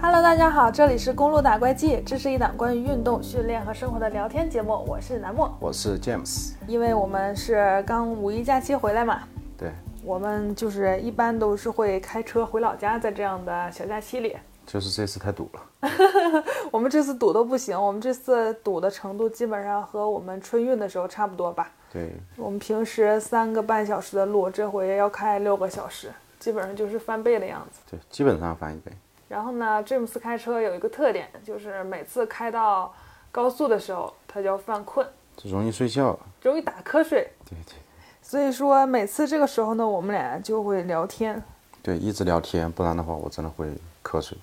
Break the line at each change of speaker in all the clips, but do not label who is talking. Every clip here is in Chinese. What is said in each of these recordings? Hello，大家好，这里是公路打怪记，这是一档关于运动、训练和生活的聊天节目，我是南莫。
我是 James，
因为我们是刚五一假期回来嘛，
对，
我们就是一般都是会开车回老家，在这样的小假期里，
就是这次太堵了，
我们这次堵都不行，我们这次堵的程度基本上和我们春运的时候差不多吧。
对，
我们平时三个半小时的路，这回要开六个小时，基本上就是翻倍的样子。
对，基本上翻一倍，
然后呢，詹姆斯开车有一个特点，就是每次开到高速的时候，他就要犯困，
就容易睡觉。
容易打瞌睡。
对对
所以说每次这个时候呢，我们俩就会聊天。
对，一直聊天，不然的话我真的会瞌睡。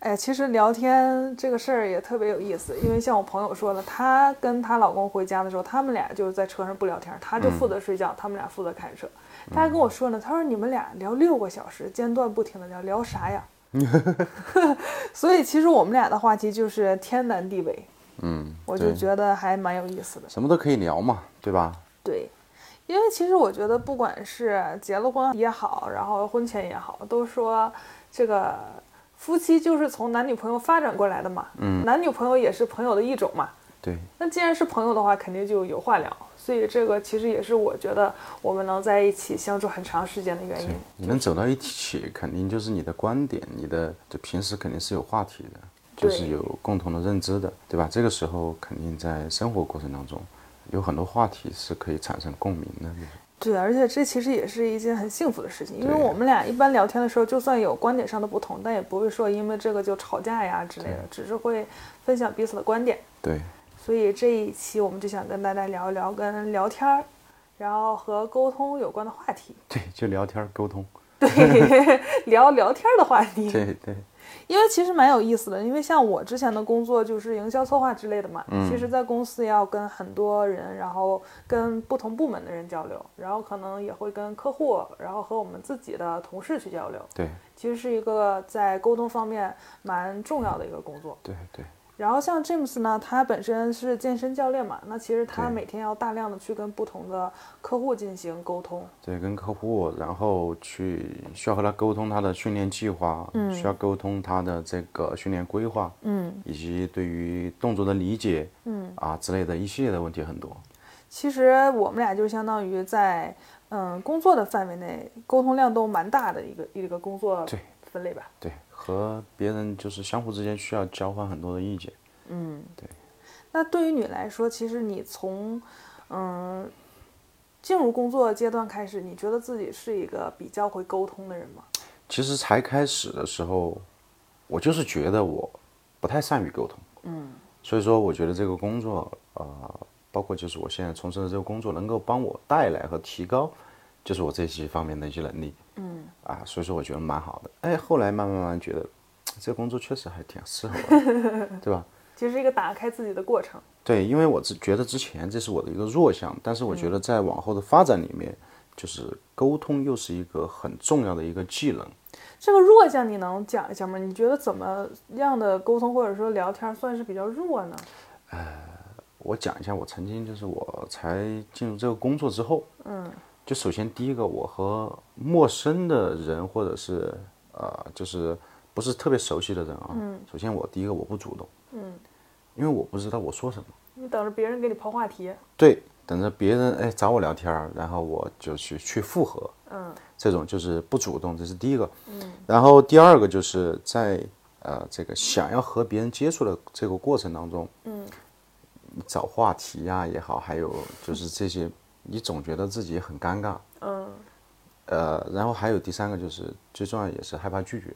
哎，其实聊天这个事儿也特别有意思，因为像我朋友说了，她跟她老公回家的时候，他们俩就是在车上不聊天，她就负责睡觉，他们俩负责开车。她还跟我说呢，她说你们俩聊六个小时，间断不停的聊，聊啥呀？所以其实我们俩的话题就是天南地北，
嗯，
我就
对
觉得还蛮有意思的。
什么都可以聊嘛，对吧？
对，因为其实我觉得，不管是结了婚也好，然后婚前也好，都说这个夫妻就是从男女朋友发展过来的嘛，嗯，男女朋友也是朋友的一种嘛。
对，
那既然是朋友的话，肯定就有话聊，所以这个其实也是我觉得我们能在一起相处很长时间的原因。
你能走到一起，肯定就是你的观点，你的就平时肯定是有话题的，就
对
是有共同的认知的，对吧？这个时候肯定在生活过程当中，有很多话题是可以产生共鸣的。就是
对，而且这其实也是一件很幸福的事情，因为
对
我们俩一般聊天的时候，就算有观点上的不同，但也不会说因为这个就吵架呀之类的，只是会分享彼此的观点。
对，
所以这一期我们就想跟大家聊一聊跟聊天儿，然后和沟通有关的话 题，
对，就聊天儿沟通。
对，聊聊天儿的话题。
对对
因为其实蛮有意思的，因为像我之前的工作就是营销策划之类的嘛，
嗯
其实，在公司要跟很多人，然后跟不同部门的人交流，然后可能也会跟客户，然后和我们自己的同事去交流，
对
其实是一个在沟通方面蛮重要的一个工作。
对对
然后像 James 呢，他本身是健身教练嘛，那其实他
对
每天要大量的去跟不同的客户进行沟通，
对，跟客户，然后去需要和他沟通他的训练计划，需要沟通他的这个训练规划，
嗯，
以及对于动作的理解，嗯啊之类的一系列的问题很多。
其实我们俩就相当于在嗯工作的范围内，沟通量都蛮大的一个一个工作
对
分类吧。
对，和别人就是相互之间需要交换很多的意见。
那对于你来说，其实你从嗯进入工作阶段开始，你觉得自己是一个比较会沟通的人吗？
其实才开始的时候，我就是觉得我不太善于沟通，嗯，所以说我觉得这个工作，呃，包括就是我现在从事的这个工作，能够帮我带来和提高，就是我这些方面的一些能力，嗯，啊，所以说我觉得蛮好的。哎，后来慢慢慢慢觉得，这个工作确实还挺适合我的对吧？
其实是一个打开自己的过程。
对，因为我只觉得之前这是我的一个弱项，但是我觉得在往后的发展里面，就是沟通又是一个很重要的一个技能。
这个弱项你能讲一下吗？你觉得怎么样的沟通或者说聊天算是比较弱呢？
我讲一下，我曾经就是我才进入这个工作之后，嗯，就首先第一个，我和陌生的人或者是呃，就是不是特别熟悉的人啊，嗯，首先我第一个我不主动，嗯，因为我不知道我说什么，
你等着别人给你抛话题，
对，等着别人哎找我聊天儿，然后我就去去附和，
嗯，
这种就是不主动，这是第一个，嗯，然后第二个就是在呃这个想要和别人接触的这个过程当中，嗯，找话题呀、也好，还有就是这些，你总觉得自己很尴尬，
嗯，
呃，然后还有第三个就是最重要的也是害怕拒绝，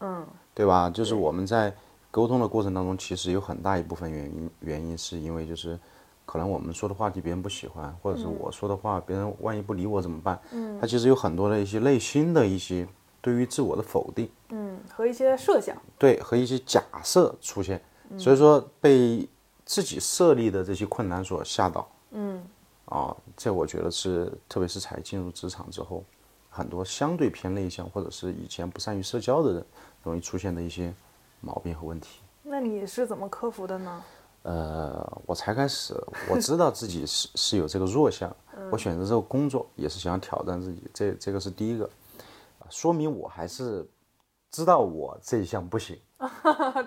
嗯，
对吧？就是我们在沟通的过程当中，其实有很大一部分原因，原因是因为就是可能我们说的话题别人不喜欢，或者是我说的话、别人万一不理我怎么办？嗯，他其实有很多的一些内心的一些对于自我的否定，
嗯，和一些设想，
对和一些假设出现，所以说被自己设立的这些困难所吓到。
嗯，
啊，这我觉得是，特别是才进入职场之后，很多相对偏内向或者是以前不善于社交的人，容易出现的一些毛病和问题。
那你是怎么克服的呢？
呃，我才开始，我知道自己是 是有这个弱项，我选择这个啊工作也是想挑战自己，这这个是第一个，说明我还是知道我这一项不行，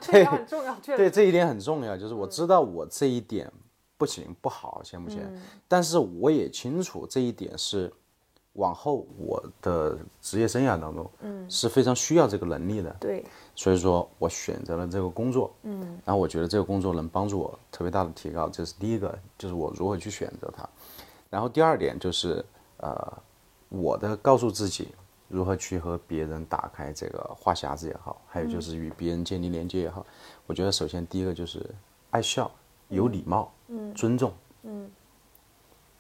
这个很重要，确
对
实。
这一点很重要，就是我知道我这一点不行、不好，行不行？但是我也清楚这一点是往后我的职业生涯当中，嗯，是非常需要这个能力的。
对，
所以说我选择了这个工作，嗯，然后我觉得这个工作能帮助我特别大的提高，这是第一个，就是我如何去选择它。然后第二点就是，呃，我的告诉自己如何去和别人打开这个话匣子也好，还有就是与别人建立连接也好，我觉得首先第一个就是爱笑、有礼貌、嗯、尊重，嗯，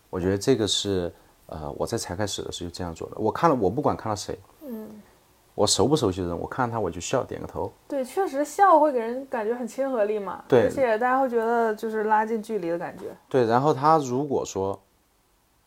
我觉得这个是呃我在才开始的时候就这样做的。我看了，我不管看到谁，嗯，我熟不熟悉的人，我看到他我就笑，点个头，
对，确实笑会给人感觉很亲和力嘛，
对
而且大家会觉得就是拉近距离的感觉，
对，然后他如果说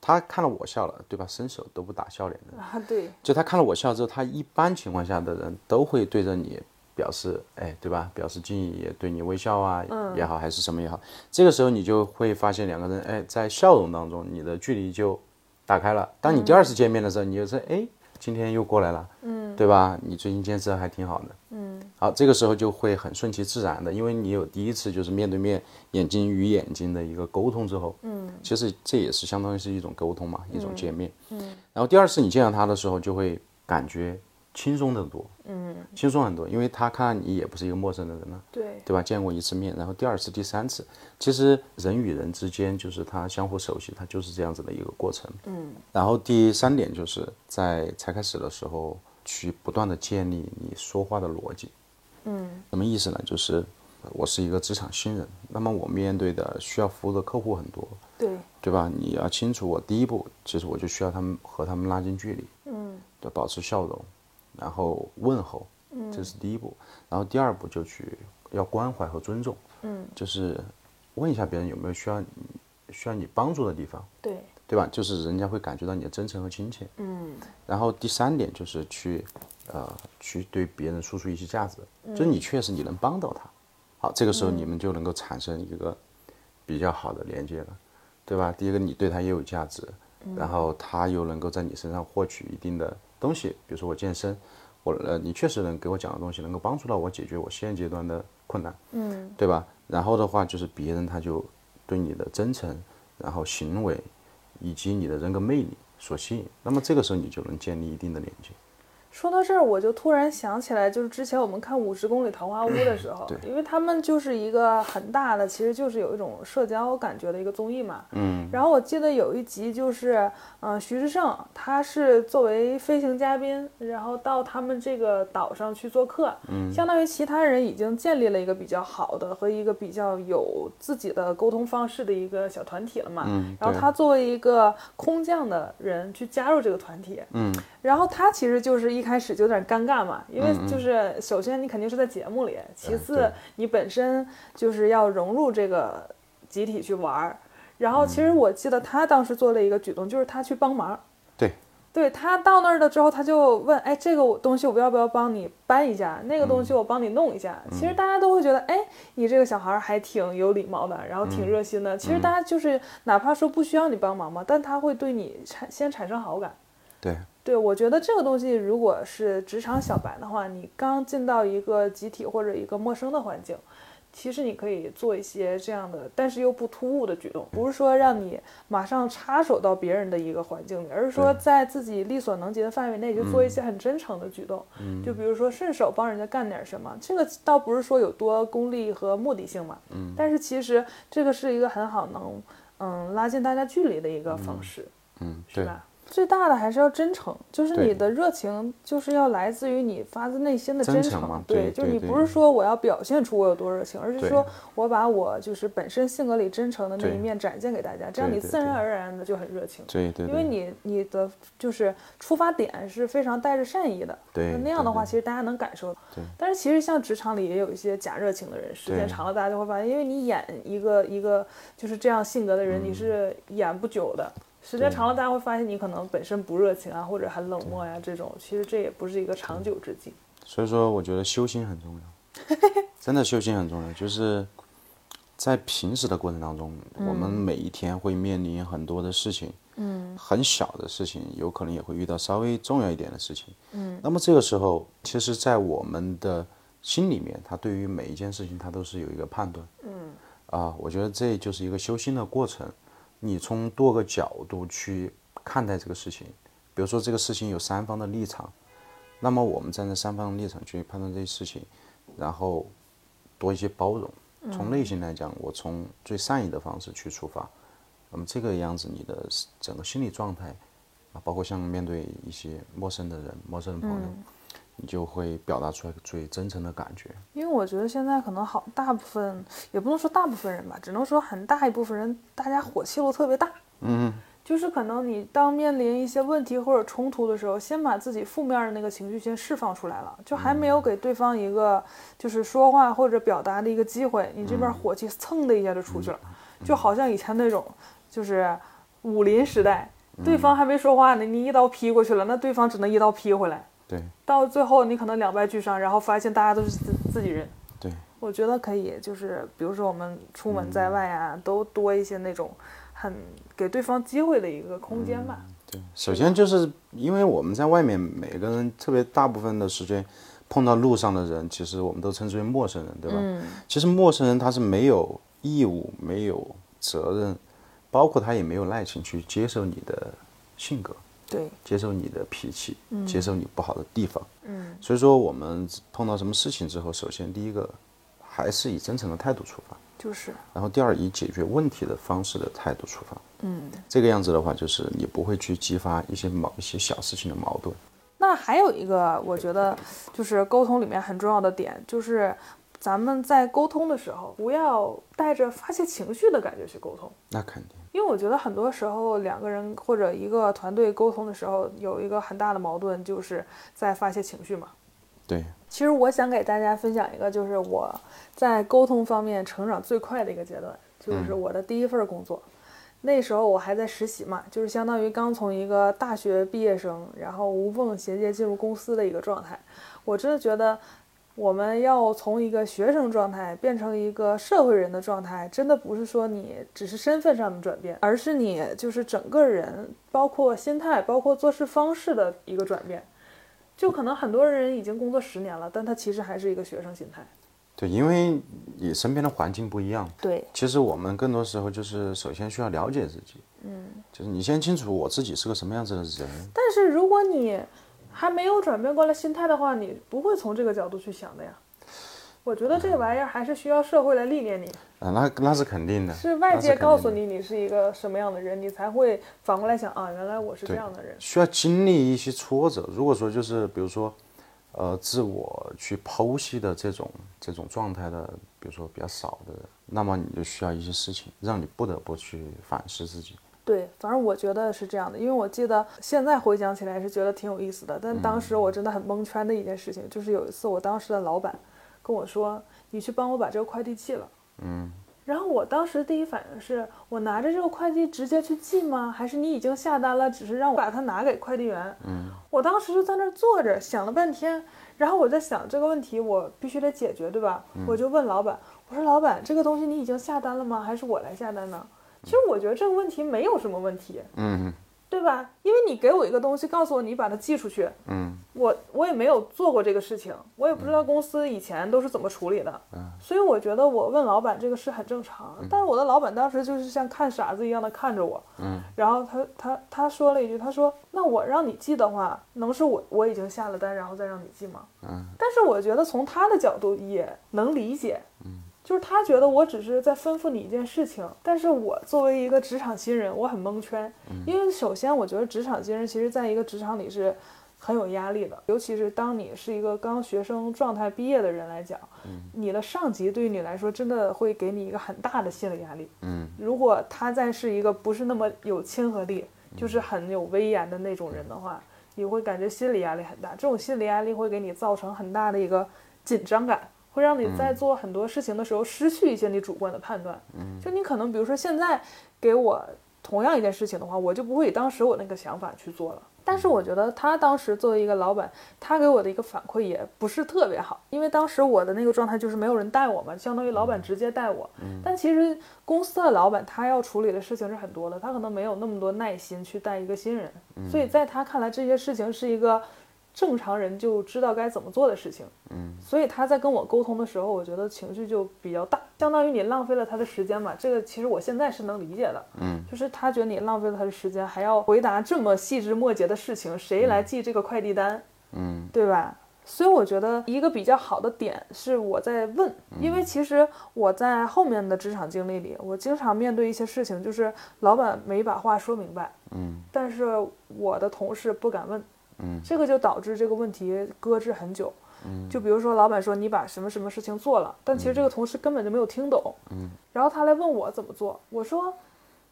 他看到我笑了，对吧？伸手都不打笑脸的，
啊，对，
就他看了我笑之后，他一般情况下的人都会对着你表示，哎，对吧？表示敬意，也对你微笑啊、也好，还是什么也好。这个时候你就会发现两个人，哎，在笑容当中，你的距离就打开了。当你第二次见面的时候，你就是哎，今天又过来了，嗯，对吧？你最近坚持得还挺好的，嗯。好，这个时候就会很顺其自然的，因为你有第一次就是面对面眼睛与眼睛的一个沟通之后，嗯，其实这也是相当于是一种沟通嘛，一种见面，然后第二次你见到他的时候，就会感觉轻松得多，嗯，轻松很多，因为他看你也不是一个陌生的人了，啊
对，
对吧？见过一次面，然后第二次、第三次，其实人与人之间就是他相互熟悉，他就是这样子的一个过程，嗯。然后第三点就是在才开始的时候，去不断的建立你说话的逻辑，嗯，什么意思呢？就是我是一个职场新人，那么我面对的需要服务的客户很多，
对，
对吧？你要清楚，我第一步其实我就需要他们和他们拉近距离，嗯，对，保持笑容，然后问候，嗯，这是第一步。然后第二步就去要关怀和尊重，嗯，就是问一下别人有没有需要你需要你帮助的地方，
对，
对吧？就是人家会感觉到你的真诚和亲切，嗯。然后第三点就是去，呃，去对别人输出一些价值，就是你确实你能帮到他，好，这个时候你们就能够产生一个比较好的连接了，对吧？第一个你对他也有价值，然后他又能够在你身上获取一定的东西，比如说我健身，我呃，你确实能给我讲的东西能够帮助到我解决我现阶段的困难，嗯，对吧？然后的话就是别人他就对你的真诚，然后行为以及你的人格魅力所吸引，那么这个时候你就能建立一定的连接。
说到这儿，我就突然想起来，就是之前我们看《五十公里桃花坞》的时候，因为他们就是一个很大的，其实就是有一种社交感觉的一个综艺嘛。嗯。然后我记得有一集就是，嗯、徐志胜他是作为飞行嘉宾，然后到他们这个岛上去做客，嗯，相当于其他人已经建立了一个比较好的和一个比较有自己的沟通方式的一个小团体了嘛。嗯。然后
对
他作为一个空降的人去加入这个团体，嗯。然后他其实就是一开始就有点尴尬嘛，因为就是首先你肯定是在节目里，其次
嗯哎对
你本身就是要融入这个集体去玩儿。然后
嗯
其实我记得他当时做了一个举动，就是他去帮忙。
对，
对他到那儿了之后，他就问：“哎，这个我东西我要不要帮你搬一下？那个东
嗯
西我帮你弄一下。其实大家都会觉得，哎，你这个小孩儿还挺有礼貌的，然后挺
嗯
热心的。其实大家就是哪怕说不需要你帮忙嘛，但他会对你产先产生好感。
对，
对，我觉得这个东西如果是职场小白的话，你刚进到一个集体或者一个陌生的环境，其实你可以做一些这样的，但是又不突兀的举动，不是说让你马上插手到别人的一个环境里，而是说在自己力所能及的范围内，就做一些很真诚的举动，就比如说顺手帮人家干点什么，这个倒不是说有多功利和目的性嘛，但是其实这个是一个很好能嗯拉近大家距离的一个方式。
嗯，
是
对，
吧？最大的还是要真诚，就是
对
你的热情，就是要来自于你发自内心的
真
真
诚嘛对
就是你
对
不
对
是说我要表现出我有多热情，而是
对
说我把我就是本身性格里真诚的那
对
一面展现给大家，这样
对
你
对
自然
对
而然的就很热情。
对对对，
因为你你的就是出发点是非常带着善意的，
对
那样的
对
话，其
对
实大家能感受到
对。
但是其实像职场里也有一些假热情的人，时间
对
长了大家就会发现，因为你演一个一个就是这样性格的人，你是演不久的。时间
嗯对
长了，大家会发现你可能本身不热情啊，或者很冷漠呀、这种其实这也不是一个长久之计。
所以说，我觉得修心很重要， 真的修心很重要。就是在平时的过程当中，我们每一天会面临很多的事情，嗯，很小的事情，有可能也会遇到稍微重要一点的事情，嗯，那么这个时候，其实，在我们的心里面，他对于每一件事情，他都是有一个判断，嗯，啊，我觉得这就是一个修心的过程，你从多个角度去看待这个事情，比如说这个事情有三方的立场，那么我们站在三方的立场去判断这些事情，然后多一些包容。从内心来讲，我从最善意的方式去出发，那么这个样子，你的整个心理状态啊，包括像面对一些陌生的人、陌生的朋友，你就会表达出来最真诚的感觉。
因为我觉得现在可能好大部分，也不能说大部分人吧，只能说很大一部分人，大家火气路特别大。
嗯，
就是可能你当面临一些问题或者冲突的时候，先把自己负面的那个情绪先释放出来了，就还没有给对方一个就是说话或者表达的一个机会，你这边火气蹭的一下就出去了，就好像以前那种就是武林时代，对方还没说话呢，你一刀劈过去了，那对方只能一刀劈回来，
对
到最后你可能两败俱伤，然后发现大家都是自自己人。
对，
我觉得可以，就是比如说我们出门在外啊，都多一些那种很给对方机会的一个空间吧。
对，首先就是因为我们在外面，每个人特别大部分的时间碰到路上的人，其实我们都称之为陌生人，对吧？其实陌生人他是没有义务、没有责任，包括他也没有耐心去接受你的性格，
对，
接受你的脾气，接受你不好的地方。
嗯，
所以说，我们碰到什么事情之后，首先第一个还是以真诚的态度出发，
就是
然后第二以解决问题的方式的态度出发。
嗯。
这个样子的话，就是你不会去激发一些矛一些小事情的矛盾。
那还有一个，我觉得就是沟通里面很重要的点，就是咱们在沟通的时候，不要带着发泄情绪的感觉去沟通。
那肯定，
因为我觉得很多时候两个人或者一个团队沟通的时候，有一个很大的矛盾，就是在发泄情绪嘛。
对，
其实我想给大家分享一个，就是我在沟通方面成长最快的一个阶段，就是我的第一份工作。那时候我还在实习嘛，就是相当于刚从一个大学毕业生，然后无缝衔接进入公司的一个状态。我真的觉得，我们要从一个学生状态变成一个社会人的状态，真的不是说你只是身份上的转变，而是你就是整个人，包括心态，包括做事方式的一个转变。就可能很多人已经工作十年了，但他其实还是一个学生心态。
对，因为你身边的环境不一样。
对，
其实我们更多时候就是首先需要了解自己，嗯，就是你先清楚我自己是个什么样子的人，
但是如果你还没有转变过来心态的话，你不会从这个角度去想的呀。我觉得这玩意儿还是需要社会来历练你，
啊，那那是肯定的，
是外
那
界
肯定
告诉
的，
你你是一个什么样的人，你才会反过来想啊，原来我是这样的人。
需要经历一些挫折。如果说就是比如说，呃，自我去剖析的这种这种状态的，比如说比较少的人，那么你就需要一些事情让你不得不去反思自己。
对，反正我觉得是这样的，因为我记得现在回想起来是觉得挺有意思的，但当时我真的很蒙圈的一件事情，就是有一次我当时的老板跟我说：“你去帮我把这个快递寄了。”嗯，然后我当时第一反应是我拿着这个快递直接去寄吗？还是你已经下单了，只是让我把它拿给快递员？嗯，我当时就在那儿坐着想了半天，然后我在想这个问题我必须得解决，对吧？我就问老板，我说：“老板，这个东西你已经下单了吗？还是我来下单呢？”其实我觉得这个问题没有什么问题，
嗯
对吧？因为你给我一个东西，告诉我你把它寄出去，
嗯，
我我也没有做过这个事情，我也不知道公司以前都是怎么处理的，所以我觉得我问老板这个事很正常。但是我的老板当时就是像看傻子一样的看着我，嗯，然后他他他说了一句，他说：“那我让你寄的话，能是我我已经下了单，然后再让你寄吗？”嗯，但是我觉得从他的角度也能理解，就是他觉得我只是在吩咐你一件事情，但是我作为一个职场新人，我很蒙圈，因为首先我觉得职场新人其实在一个职场里是很有压力的，尤其是当你是一个刚学生状态毕业的人来讲，你的上级对于你来说真的会给你一个很大的心理压力。
嗯，
如果他再是一个不是那么有亲和力，就是很有威严的那种人的话，你会感觉心理压力很大。这种心理压力会给你造成很大的一个紧张感，会让你在做很多事情的时候失去一些你主观的判断。嗯，就你可能比如说现在给我同样一件事情的话，我就不会以当时我那个想法去做了。但是我觉得他当时作为一个老板，他给我的一个反馈也不是特别好，因为当时我的那个状态就是没有人带我嘛，相当于老板直接带我。但其实公司的老板他要处理的事情是很多的，他可能没有那么多耐心去带一个新人，所以在他看来这些事情是一个。正常人就知道该怎么做的事情，嗯，所以他在跟我沟通的时候，我觉得情绪就比较大，相当于你浪费了他的时间嘛。这个其实我现在是能理解的，嗯，就是他觉得你浪费了他的时间，还要回答这么细枝末节的事情，谁来寄这个快递单，
嗯，
对吧？所以我觉得一个比较好的点是我在问，
嗯
因为其实我在后面的职场经历里，我经常面对一些事情，就是老板没把话说明白，
嗯，
但是我的同事不敢问，
嗯，
这个就导致这个问题搁置很久。就比如说，老板说你把什么什么事情做了，但其实这个同事根本就没有听懂。
嗯，
然后他来问我怎么做，我说，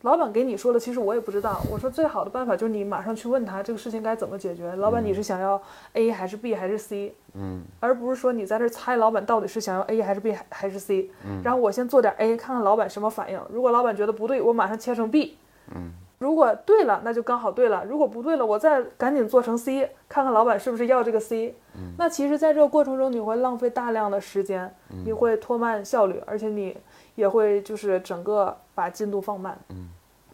老板给你说的，其实我也不知道。我说最好的办法就是你马上去问他这个事情该怎么解决。老板你是想要 A 还是 B 还是 C？
嗯，
而不是说你在这儿猜老板到底是想要 A 还是 B 还还是 C。然
嗯
后我先做点 A，看看老板什么反应。如果老板觉得不对，我马上切成 B。如
嗯
果对了，那就刚好对了；如果不对了，我再赶紧做成 C，看看老板是不是要这个 C。那其实，在这个过程中，你会浪费大量的时间，你会拖慢效率，而且你也会就是整个把进度放慢，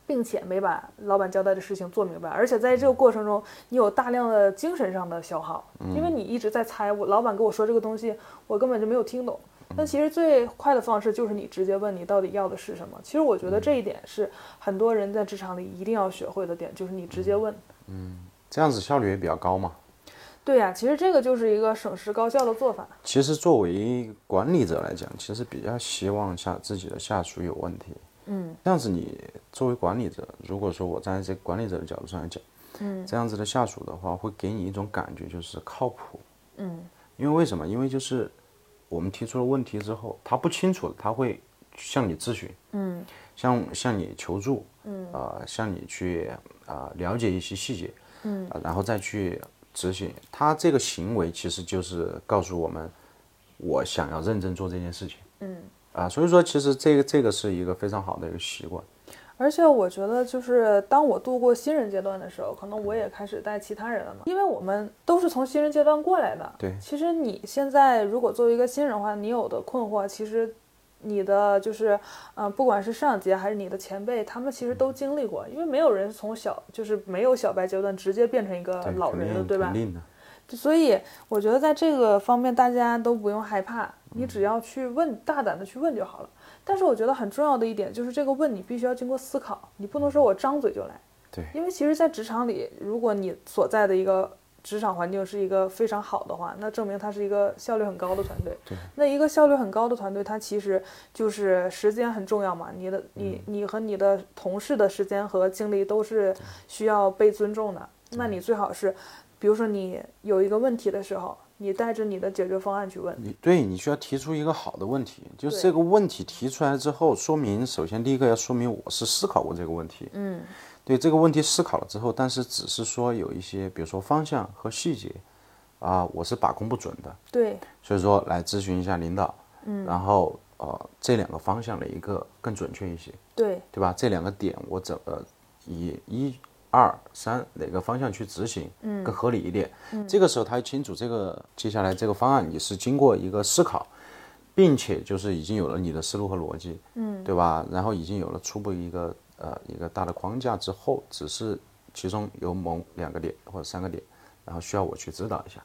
并且没把老板交代的事情做明白。而且在这个过程中，你有大量的精神上的消耗，因为你一直在猜，我老板跟我说这个东西，我根本就没有听懂。但其实最快的方式就是你直接问你到底要的是什么。其实我觉得这一点是很多人在职场里一定要学会的点，就是你直接问。
这样子效率也比较高嘛。
对呀、其实这个就是一个省时高效的做法。
其实作为管理者来讲，其实比较希望下自己的下属有问题。嗯，这样子你作为管理者，如果说我站在这个管理者的角度上来讲，嗯，这样子的下属的话，会给你一种感觉就是靠谱。嗯，因为为什么？因为就是我们提出了问题之后，他不清楚，他会向你咨询。嗯，向向你求助。嗯，啊、向你去啊、了解一些细节。嗯、然后再去执行。他这个行为其实就是告诉我们，我想要认真做这件事情。嗯，啊，所以说其实这个这个是一个非常好的一个习惯。
而且我觉得，就是当我度过新人阶段的时候，可能我也开始带其他人了嘛，因为我们都是从新人阶段过来的。
对
其实你现在如果作为一个新人的话，你有的困惑，其实你的就是，嗯、不管是上级还是你的前辈，他们其实
嗯
都经历过，因为没有人从小就是没有小白阶段直接变成一个
对
老
肯
人的，
定
对吧？
肯定的。
所以我觉得在这个方面大家都不用害怕，你
嗯
只要去问，大胆的去问就好了。但是我觉得很重要的一点就是这个问你必须要经过思考，你不能说我张嘴就来。
对
因为其实，在职场里，如果你所在的一个职场环境是一个非常好的话，那证明它是一个效率很高的团队。
对，
那一个效率很高的团队，它其实就是时间很重要嘛。你
嗯
的你你和你的同事的时间和精力都是需要被尊重的。那你最好是，比如说你有一个问题的时候，你带着你的解决方案去问。
你对你需要提出一个好的问题，就是
对
这个问题提出来之后，说明首先第一个要说明我是思考过这个问题，嗯，对这个问题思考了之后，但是只是说有一些，比如说方向和细节，啊、我是把控不准的，
对
所以说来咨询一下领导，嗯，然后呃这两个方向的一个更准确一些，
对
对吧？这两个点我怎么以一二三哪个方向去执行，嗯，更合理一点。这个时候他清楚这个接下来这个方案你是经过一个思考，并且就是已经有了你的思路和逻辑，嗯，对吧？然后已经有了初步一个呃一个大的框架之后，只是其中有某两个点或者三个点，然后需要我去指导一下。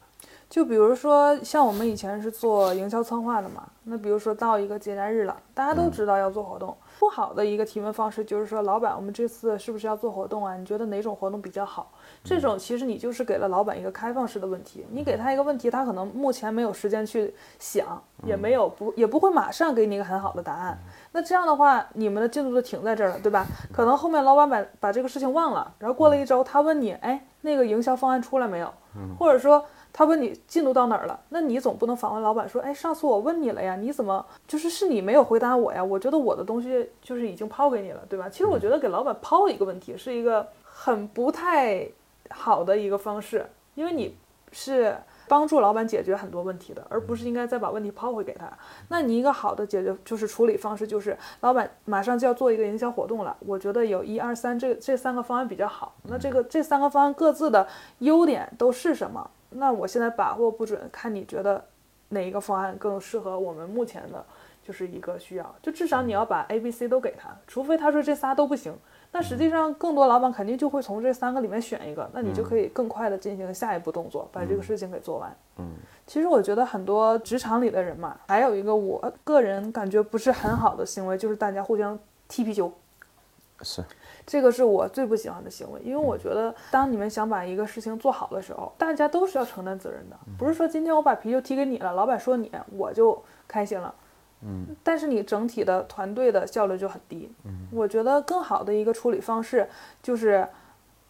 就比如说，像我们以前是做营销策划的嘛，那比如说到一个节假日了，大家都知道要做活动，不好的一个提问方式就是说，老板，我们这次是不是要做活动啊？你觉得哪种活动比较好？这种其实你就是给了老板一个开放式的问题，你给他一个问题，他可能目前没有时间去想，也没有不也不会马上给你一个很好的答案。那这样的话，你们的进度就停在这儿了，对吧？可能后面老板把把这个事情忘了，然后过了一周，他问你，哎，那个营销方案出来没有？或者说他问你进度到哪儿了，那你总不能反问老板说，哎，上次我问你了呀，你怎么就是是你没有回答我呀？我觉得我的东西就是已经抛给你了，对吧？其实我觉得给老板抛一个问题是一个很不太好的一个方式，因为你是帮助老板解决很多问题的，而不是应该再把问题抛回给他。那你一个好的解决就是处理方式，就是老板马上就要做一个营销活动了，我觉得有一二三这这三个方案比较好。那这个这三个方案各自的优点都是什么？那我现在把握不准，看你觉得哪一个方案更适合我们目前的，就是一个需要。就至少你要把
嗯
A、B、C 都给他，除非他说这仨都不行。那实际上，更多老板肯定就会从这三个里面选一个，那你就可以更快的进行下一步动作，把这个事情给做完。
嗯，
其实我觉得很多职场里的人嘛，还有一个我个人感觉不是很好的行为，就是大家互相踢皮球。
是，
这个是我最不喜欢的行为，因为我觉得当你们想把一个事情做好的时候，大家都是要承担责任的，不是说今天我把啤酒踢给你了，老板说你我就开心了，嗯，但是你整体的团队的效率就很低，嗯，我觉得更好的一个处理方式就是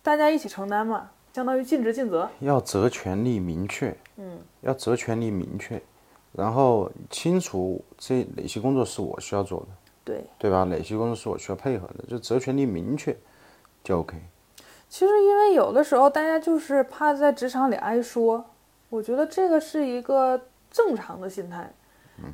大家一起承担嘛，相当于尽职尽责，
要责权利明确，
嗯，
要责权利明确，然后清楚这哪些工作是我需要做的，
对，
对吧？哪些工作是我需要配合的，就责权利明确就 OK。
其实，因为有的时候大家就是怕在职场里挨说，我觉得这个是一个正常的心态。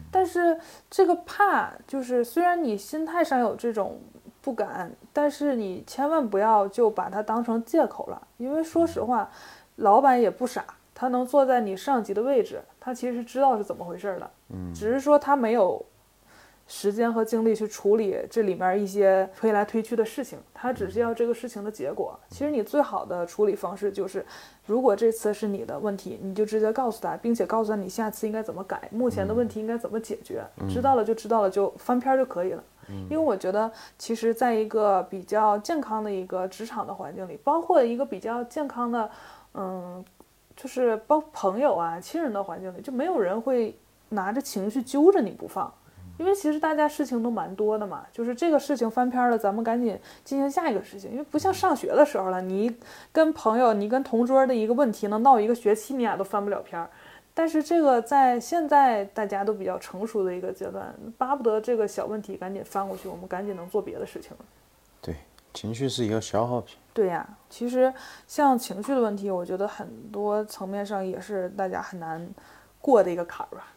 但是这个怕，就是虽然你心态上有这种不敢，但是你千万不要就把它当成借口了，因为说实话，老板也不傻，他能坐在你上级的位置，他其实知道是怎么回事儿的，只是说他没有时间和精力去处理这里面一些推来推去的事情，他只是要这个事情的结果。其实你最好的处理方式就是，如果这次是你的问题，你就直接告诉他，并且告诉他你下次应该怎么改，目前的问题应该怎么解决。知道了就知道了，就翻篇儿就可以了。因为我觉得，其实在一个比较健康的一个职场的环境里，包括一个比较健康的，嗯，就是包朋友啊、亲人的环境里，就没有人会拿着情绪揪着你不放。因为其实大家事情都蛮多的嘛，就是这个事情翻篇儿了，咱们赶紧进行下一个事情。因为不像上学的时候了，你跟朋友、你跟同桌的一个问题能闹一个学期，你俩都翻不了篇儿。但是这个在现在大家都比较成熟的一个阶段，巴不得这个小问题赶紧翻过去，我们赶紧能做别的事情了。
对，情绪是一个消耗品。
对呀、其实像情绪的问题，我觉得很多层面上也是大家很难过的一个坎儿吧。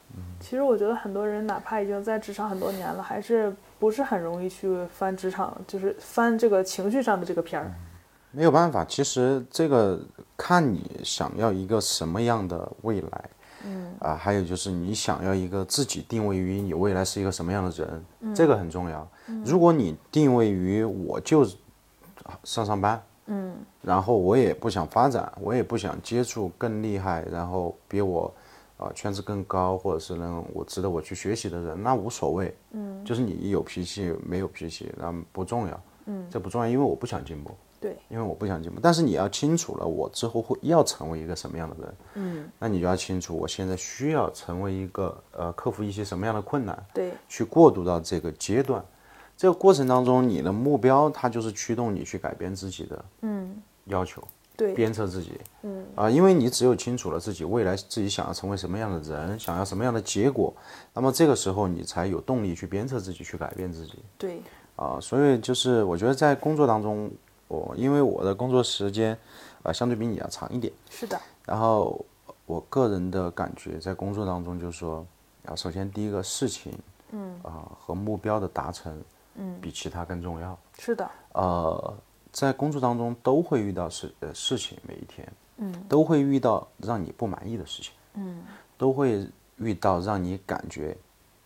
其实我觉得很多人哪怕已经在职场很多年了，还是不是很容易去翻职场，就是翻这个情绪上的这个片儿。
没有办法，其实这个看你想要一个什么样的未来，嗯啊、还有就是你想要一个自己定位于你未来是一个什么样的人，这个很重要。如果你定位于我就上上班，嗯，然后我也不想发展，我也不想接触更厉害，然后比我啊、呃圈子更高，或者是能我值得我去学习的人，那无所谓，嗯，就是你有脾气没有脾气，那不重要，嗯，这不重要，因为我不想进步。
对，
因为我不想进步，但是你要清楚了，我之后会要成为一个什么样的人，嗯，那你就要清楚，我现在需要成为一个呃，克服一些什么样的困难，
对，
去过渡到这个阶段。这个过程当中，你的目标它就是驱动你去改变自己的
嗯，
要求，
对，
鞭策自己，嗯啊、因为你只有清楚了自己未来自己想要成为什么样的人，想要什么样的结果，那么这个时候你才有动力去鞭策自己，去改变自己。
对，
啊，所以就是我觉得在工作当中，我因为我的工作时间啊、呃相对比你要长一点，
是的，
然后我个人的感觉在工作当中就是说，啊，首先第一个事情，嗯啊、和目标的达成，嗯，比其他更重要。
是的，
呃，在工作当中都会遇到事呃事情，每一天，嗯，都会遇到让你不满意的事情，嗯，都会遇到让你感觉，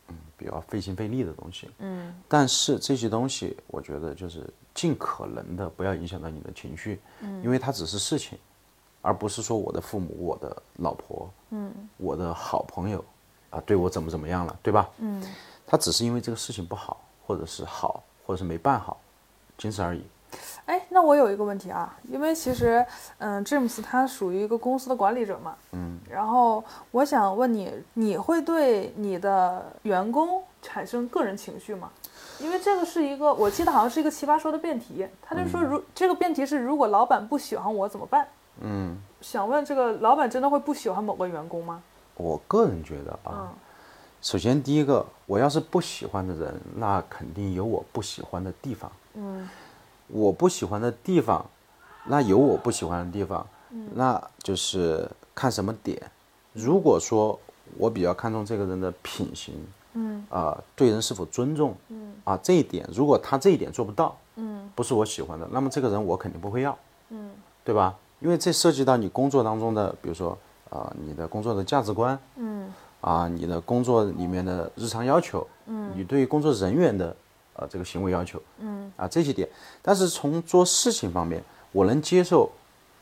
嗯，比较费心费力的东西，嗯，但是这些东西，我觉得就是尽可能的不要影响到你的情绪，嗯，因为它只是事情，而不是说我的父母、我的老婆，嗯，我的好朋友，啊，对我怎么怎么样了，对吧？嗯，他只是因为这个事情不好，或者是好，或者是没办好，仅此而已。
哎，那我有一个问题啊，因为其实，嗯，James 他属于一个公司的管理者嘛，嗯，然后我想问你，你会对你的员工产生个人情绪吗？因为这个是一个，我记得好像是一个奇葩说的辩题，他就说如、这个辩题是如果老板不喜欢我怎么办？
嗯，
想问这个老板真的会不喜欢某个员工吗？
我个人觉得啊，首先第一个，我要是不喜欢的人，那肯定有我不喜欢的地方。
嗯，
我不喜欢的地方，那有我不喜欢的地方，那就是看什么点，如果说我比较看重这个人的品行，嗯，啊、对人是否尊重，嗯，啊，这一点，如果他这一点做不到，嗯，不是我喜欢的，那么这个人我肯定不会要，嗯，对吧？因为这涉及到你工作当中的，比如说啊、你的工作的价值观，嗯，啊、你的工作里面的日常要求，嗯，你对于工作人员的呃这个行为要求，嗯，啊这些点，但是从做事情方面，我能接受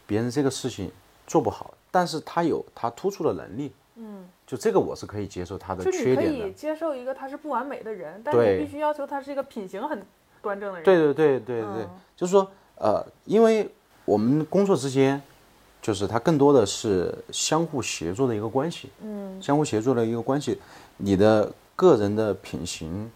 别人这个事情做不好，但是他有他突出的能力，嗯，就这个我是可以接受他的
就
缺
你可
点的
以，接受一个他是不完美的人，但
对
你必须要求他是一个品行很端正的人。
对对对对对，就是说，呃，因为我们工作之间，就是它更多的是相互协作的一个关系，嗯，相互协作的一个关系，你的个人的品行、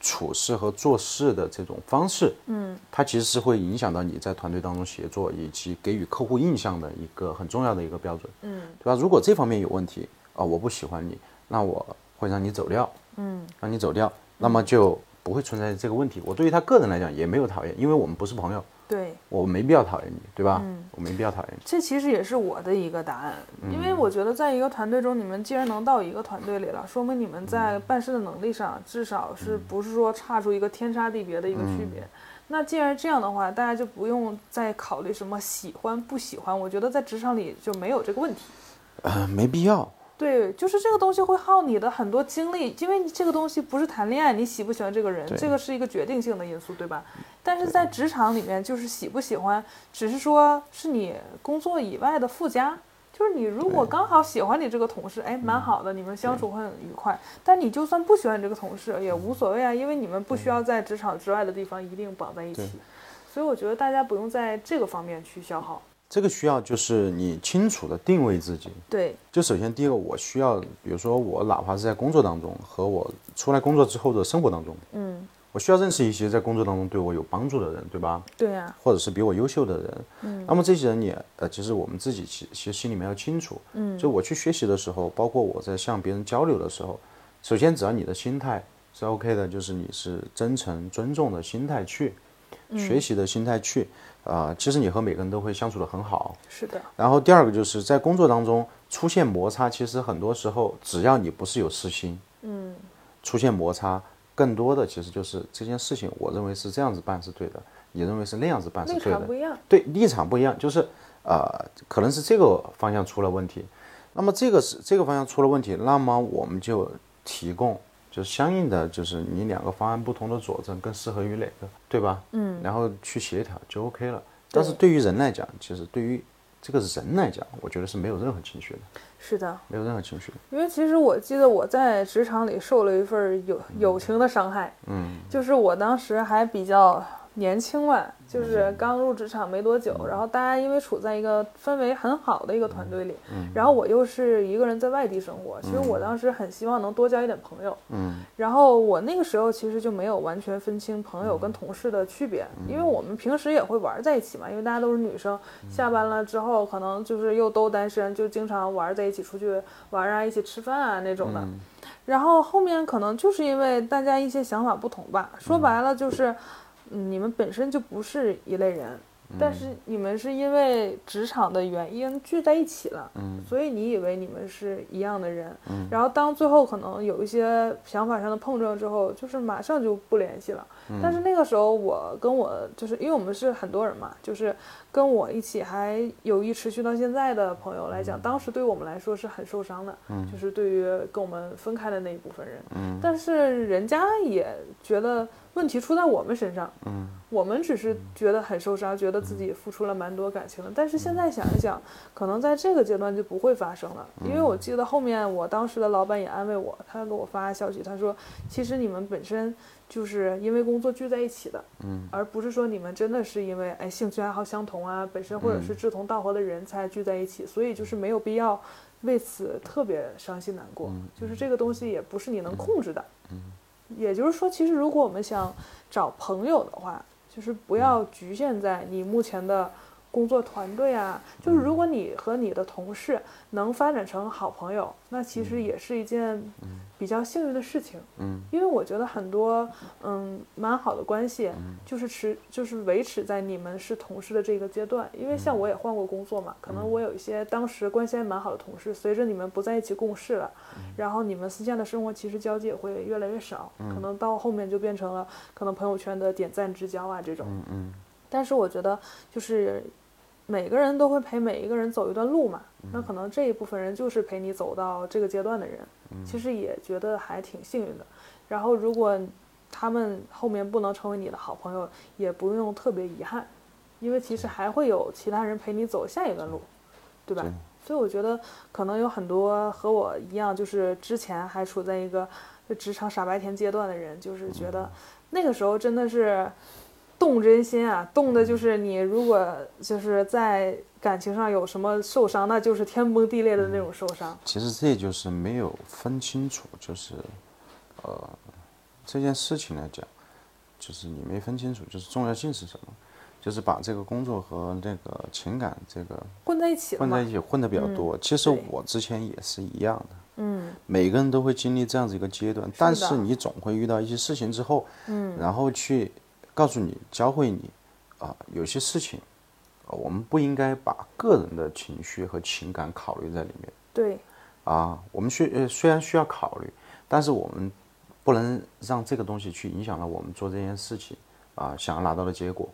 处事和做事的这种方式，嗯，它其实是会影响到你在团队当中协作以及给予客户印象的一个很重要的一个标准，嗯，对吧？如果这方面有问题啊、我不喜欢你，那我会让你走掉，让你走掉，那么就不会存在这个问题。我对于他个人来讲也没有讨厌，因为我们不是朋友，
对
我没必要讨厌你，对吧？我没必要讨厌你。
这其实也是我的一个答案，因为我觉得在一个团队中，你们既然能到一个团队里了，说明你们在办事的能力上，至少是不是说差出一个天差地别的一个区别。那既然这样的话，大家就不用再考虑什么喜欢不喜欢，我觉得在职场里就没有这个问题。
呃，没必要。
对，就是这个东西会耗你的很多精力，因为你这个东西不是谈恋爱，你喜不喜欢这个人，这个是一个决定性的因素，对吧？但是在职场里面，就是喜不喜欢，只是说是你工作以外的附加。就是你如果刚好喜欢你这个同事，哎，
嗯
蛮好的，你们相处会很愉快。但你就算不喜欢你这个同事也无所谓啊，因为你们不需要在职场之外的地方一定绑在一起。所以我觉得大家不用在这个方面去消耗。
这个需要就是你清楚的定位自己。
对，
就首先第一个，我需要，比如说我哪怕是在工作当中和我出来工作之后的生活当中，嗯，我需要认识一些在工作当中对我有帮助的人，对吧？
对啊呀、
或者是比我优秀的人，嗯，那么这些人也呃，其实我们自己其其实心里面要清楚，嗯，就我去学习的时候，包括我在向别人交流的时候，首先只要你的心态是 OK 的，就是你是真诚、尊重的心态去、学习的心态去，啊、其实你和每个人都会相处的很好。
是的，
然后第二个就是在工作当中出现摩擦，其实很多时候只要你不是有私心，嗯，出现摩擦，更多的其实就是这件事情，我认为是这样子办是对的，你认为是那样子办是
立
对的
场，不一样。
对立场不一样，就是呃，可能是这个方向出了问题。那么这个是这个方向出了问题，那么我们就提供就是相应的，就是你两个方案不同的佐证更适合于哪个，对吧？嗯，然后去协调就 OK 了。但是对于人来讲，其实对于这个人来讲，我觉得是没有任何情绪的，
是的，
没有任何情绪的。
因为其实我记得我在职场里受了一份儿友友情的伤害，嗯，就是我当时还比较年轻嘛，就是刚入职场没多久，然后大家因为处在一个氛围很好的一个团队里，然后我又是一个人在外地生活，其实我当时很希望能多交一点朋友，
嗯，
然后我那个时候其实就没有完全分清朋友跟同事的区别，因为我们平时也会玩在一起嘛，因为大家都是女生，下班了之后可能就是又都单身，就经常玩在一起出去玩啊，一起吃饭啊那种的。然后后面可能就是因为大家一些想法不同吧，说白了就是，嗯你们本身就不是一类人。但是你们是因为职场的原因聚在一起了，所以你以为你们是一样的人，然后当最后可能有一些想法上的碰撞之后，就是马上就不联系了。但是那个时候我跟我就是因为我们是很多人嘛，就是跟我一起还友谊持续到现在的朋友来讲，当时对我们来说是很受伤的，就是对于跟我们分开的那一部分人，但是人家也觉得问题出在我们身上，我们只是觉得很受伤，觉得自己付出了蛮多感情的。但是现在想一想，可能在这个阶段就不会发生了，因为我记得后面我当时的老板也安慰我，他给我发消息，他说其实你们本身就是因为工作聚在一起的，嗯，而不是说你们真的是因为哎兴趣爱好相同啊，本身或者是志同道合的人才聚在一起，所以就是没有必要为此特别伤心难过，就是这个东西也不是你能控制的，嗯，也就是说，其实如果我们想找朋友的话，就是不要局限在你目前的工作团队啊。就是如果你和你的同事能发展成好朋友，那其实也是一件比比较幸运的事情。嗯，因为我觉得很多嗯蛮好的关系，
嗯
就是持就是维持在你们是同事的这个阶段。因
嗯
为像我也换过工作嘛，可能我有一些当时关系还蛮好的同事，随着你们不在一起共事了，
嗯
然后你们私下的生活其实交际也会越来越少，可能到后面就变成了可能朋友圈的点赞之交啊这种。
嗯
但是我觉得就是每个人都会陪每一个人走一段路嘛，
嗯
那可能这一部分人就是陪你走到这个阶段的人，
嗯
其实也觉得还挺幸运的。然后如果他们后面不能成为你的好朋友，也不用特别遗憾，因为
嗯
其实还会有其他人陪你走下一段路，对吧？
对
所以我觉得可能有很多和我一样，就是之前还处在一个就职场傻白甜阶段的人，就是觉
嗯
得那个时候真的是动真心啊，动的就是
嗯
你如果就是在感情上有什么受伤，那就是天崩地裂的那种
嗯
受伤。
其实这就是没有分清楚，就是，呃，这件事情来讲，就是你没分清楚，就是重要性是什么，就是把这个工作和那个情感这个
混在一起了
混
嘛
在一起混的比较多。其实
嗯对
我之前也是一样的，
嗯，
每个人都会经历这样子一个阶段，但
的
是你总会遇到一些事情之后，嗯，然后去告诉你、教会你，啊、有些事情，呃我们不应该把个人的情绪和情感考虑在里面。
对，
啊，我们需呃虽然需要考虑，但是我们不能让这个东西去影响了我们做这件事情啊想要拿到的结果。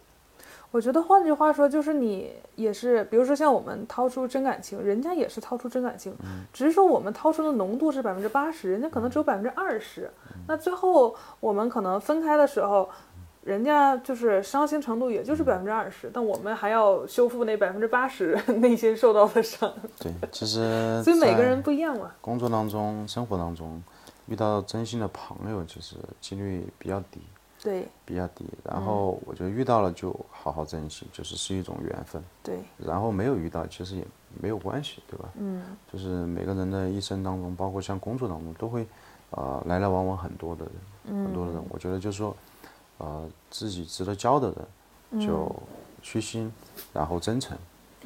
我觉得换句话说，就是你也是，比如说像我们掏出真感情，人家也是掏出真感情，
嗯
只是说我们掏出的浓度是百分之八十，人家可能只有百分之二十。
嗯
那最后我们可能分开的时候，人家就是伤心程度也就是百分之二十，但我们还要修复那百分之八十 内心受到的伤。
对，其实
所以每个
在
人不一样嘛。
工作当中、生活当中遇到真心的朋友，就是几率比较低，
对
比较低。然后我觉得遇到了就好好珍惜，就是是一种缘分。
对，
然后没有遇到，其实也没有关系，对吧？
嗯，
就是每个人的一生当中，包括像工作当中，都会呃来来往往很多的人，
嗯
很多的人。我觉得就是说，呃，自己值得交的人，就虚心，然后真诚，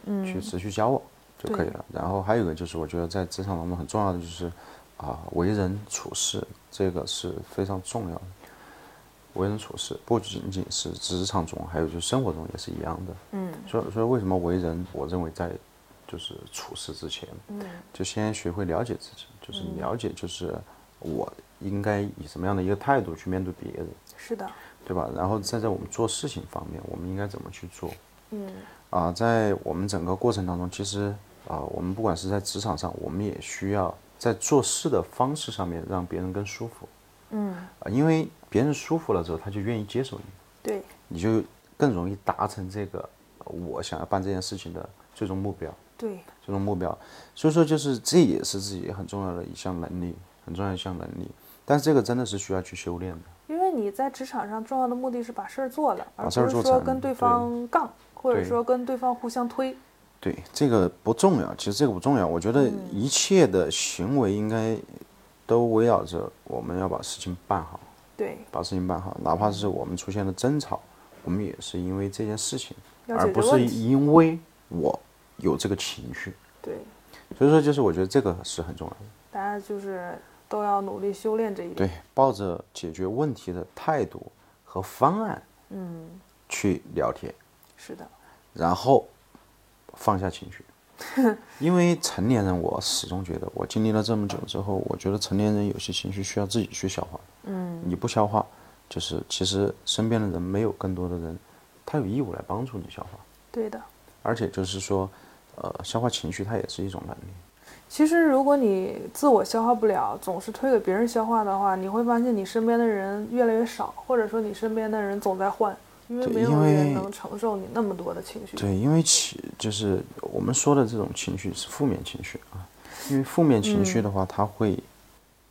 嗯
去持续交往就可以了。然后还有一个就是，我觉得在职场当中很重要的就是啊、为人处事，这个是非常重要的。为人处事不仅仅是职场中，还有就是生活中也是一样的。
嗯
所以，所以为什么为人，我认为在就是处事之前，
嗯
就先学会了解自己，就是了解就是我应该以什么样的一个态度去面对别人，
是的，
对吧？然后再在我们做事情方面，我们应该怎么去做？
嗯
啊、在我们整个过程当中，其实啊、我们不管是在职场上，我们也需要在做事的方式上面让别人更舒服
嗯，
啊、因为别人舒服了之后，他就愿意接受你，
对
你就更容易达成这个呃我想要办这件事情的最终目标。
对
这种目标。所以说，就是这也是自己很重要的一项能力，很重要的一项能力。但是这个真的是需要去修炼的。
因为你在职场上重要的目的是把事儿做了，而
事儿
不是
做
说
成
跟对
对
方杠，或者
对
说跟对方互相推。
对，这个不重要，其实这个不重要。我觉
嗯
得一切的行为应该都围绕着我们要把事情办好，
对，
把事情办好，哪怕是我们出现了争吵，我们也是因为这件事情，
要
而
解
不
决问
是
题
因为我有这个情绪。
对，
所以说，就是我觉得这个是很重要的。
大家就是都要努力修炼这一点。
对，抱着解决问题的态度和方案，嗯，去聊天，
是的，
然后放下情绪。 因为成年人，我始终觉得，我经历了这么久之后，我觉得成年人有些情绪需要自己去消化。嗯，你不消化，就是其实身边的人没有更多的人，他有义务来帮助你消化。
对的。
而且就是说，呃，消化情绪它也是一种能力。
其实，如果你自我消化不了，总是推给别人消化的话，你会发现你身边的人越来越少，或者说你身边的人总在换，因为
对
没有
因为
人能承受你那么多的情绪。
对，因为情就是我们说的这种情绪是负面情绪啊，因为负面情绪的话，它会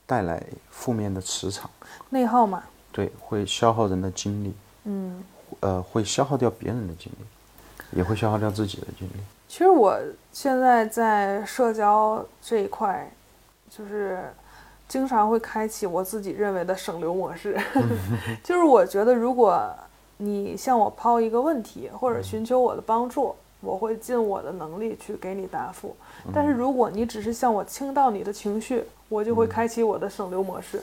带来负面的磁场，
内耗嘛，
对，会消耗人的精力，
嗯，
呃，会消耗掉别人的精力，也会消耗掉自己的精力。
其实我现在在社交这一块，就是经常会开启我自己认为的省流模 式，就是我觉得如果你向我抛一个问题，或者寻求我的帮助，我会
嗯
尽我的能力去给你答复。但是如果你只是向我倾倒你的情绪，我
嗯
就会开启我的省流模式。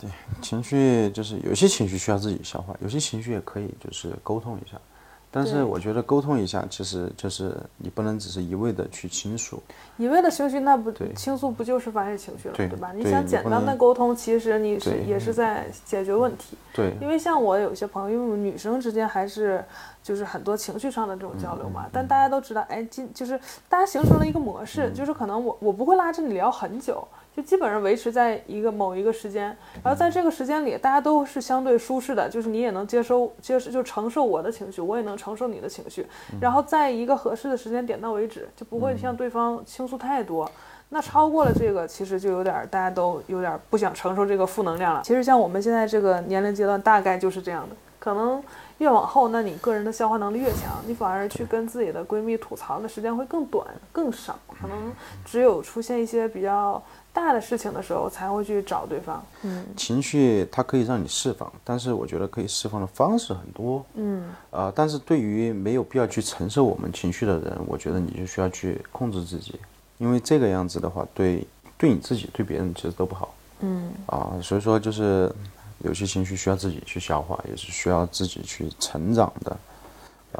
对，情绪就是有些情绪需要自己消化，有些情绪也可以就是沟通一下。但
对
是我觉得沟通一下，其实就是你不能只是一味的去倾诉，
你为了情绪，那不
对
倾诉不就是发泄情绪了，
对
吧？你
对
想
你
简
不
单的
能
沟通，其实你是
对嗯
也是在解决问题。
对
因为像我有些朋友，因为我们女生之间还是就是很多情绪上的这种交流嘛，但大家都知道，哎，今就是大家形成了一个模式，就是可能我我不会拉着你聊很久，就基本上维持在一个某一个时间，然后在这个时间里，大家都是相对舒适的，就是你也能接收接受就承受我的情绪，我也能承受你的情绪，然后在一个合适的时间点到为止，就不会向对方倾诉太多。那超过了这个，其实就有点儿大家都有点儿不想承受这个负能量了。其实像我们现在这个年龄阶段，大概就是这样的。可能越往后，那你个人的消化能力越强，你反而去跟自己的闺蜜吐槽的时间会更短、更少。可能只有出现一些比较大的事情的时候，才会去找对方。嗯
情绪它可以让你释放，但是我觉得可以释放的方式很多。
嗯，
呃，但是对于没有必要去承受我们情绪的人，我觉得你就需要去控制自己，因为这个样子的话，对对你自己对别人其实都不好。嗯。啊、所以说就是有些情绪需要自己去消化，也是需要自己去成长的。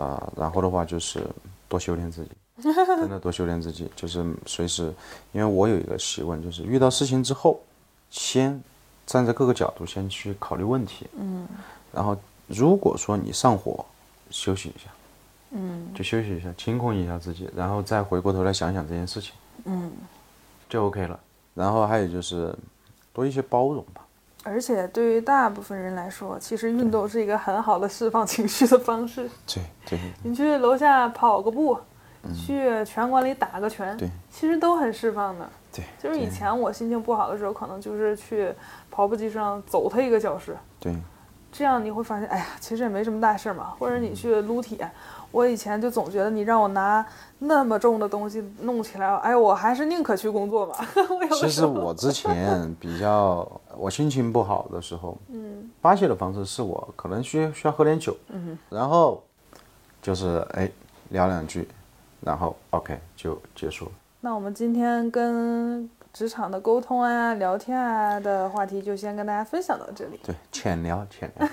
啊、然后的话就是多修炼 自己，真的多修炼自己，就是随时，因为我有一个习惯，就是遇到事情之后，先站在各个角度先去考虑问题。嗯。然后如果说你上火，休息一下，嗯，就休息一下，清空一下自己，然后再回过头来想想这件事情，嗯，就 OK 了。然后还有就是多一些包容吧，
而且对于大部分人来说，其实运动是一个很好的释放情绪的方式。
对 对
你去楼下跑个步，去拳馆里打个拳，
嗯对
其实都很释放的。
对，
就是以前我心情不好的时候，可能就是去跑步机上走它一个小时，
对
这样你会发现，哎呀，其实也没什么大事儿嘛。或者
嗯
你去撸铁，我以前就总觉得你让我拿那么重的东西弄起来，哎，我还是宁可去工作吧。 我有
其
的时
实
候，
我之前 比较，我心情不好的时候，嗯，发泄的方式是我可能需需要喝点酒，嗯，然后就是哎聊两句，然后 OK 就结束了。
那我们今天跟职场的沟通啊、聊天啊的话题，就先跟大家分享到这里。
对，浅聊浅聊，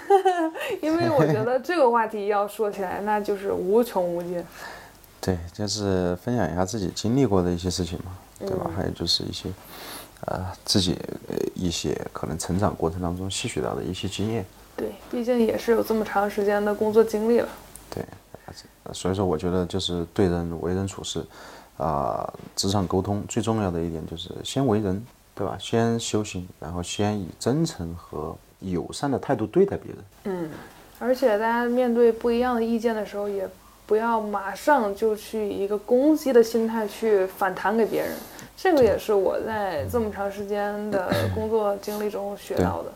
因为我觉得这个话题要说起来，那就是无穷无尽。
对，就是分享一下自己经历过的一些事情嘛，对吧？还有就是一些，呃，自己呃一些可能成长过程当中吸取到的一些经验，
对，毕竟也是有这么长时间的工作经历了。
对，呃所以说我觉得就是对人为人处事，啊、职场沟通最重要的一点就是先为人，对吧？先修行，然后先以真诚和友善的态度对待别人。
而且大家面对不一样的意见的时候，也不要马上就去一个攻击的心态去反弹给别人。这个也是我在这么长时间的工作经历中学到的。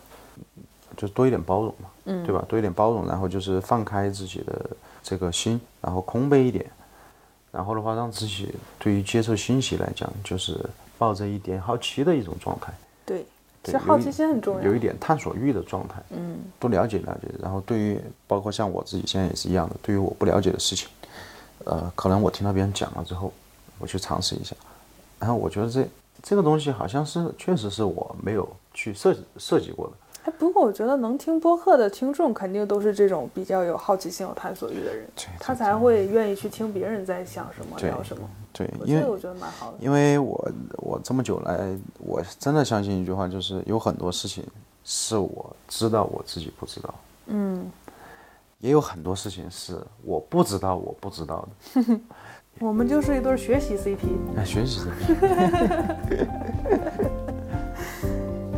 就是多一点包容嘛，
嗯
对吧？多一点包容，然后就是放开自己的这个心，然后空杯一点，然后的话让自己对于接受信息来讲，就是抱着一点好奇的一种状态，
对，其
对
实好奇心很重
有一
要。
点探索欲的状态，嗯，多了解了解，然后对于包括像我自己现在也是一样的，对于我不了解的事情，呃，可能我听到别人讲了之后，我去尝试一下，然后我觉得这这个东西好像是确实是我没有去设计设计过的，
哎，不过我觉得能听播客的听众肯定都是这种比较有好奇心、有探索欲的人
对，
他
对
才会愿意去听别人在想什么、
对
聊什么。
对，
我
因
这
为
个我觉得蛮好的。
因为我我这么久来，我真的相信一句话，就是有很多事情是我知道我自己不知道，嗯，也有很多事情是我不知道我不知道
我们就是一对儿学习 CP。
的。哎，学习这个，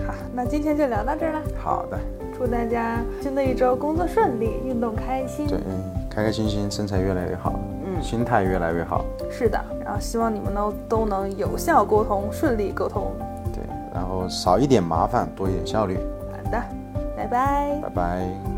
好，那今天就聊到这儿了。
好的，
祝大家新的一周工作顺利，运动开心。
对，开开心心，身材越来越好，嗯，心态越来越好，
是的，然后希望你们呢都能有效沟通，顺利沟通。
对，然后少一点麻烦，多一点效率，
好的，拜拜。
拜拜。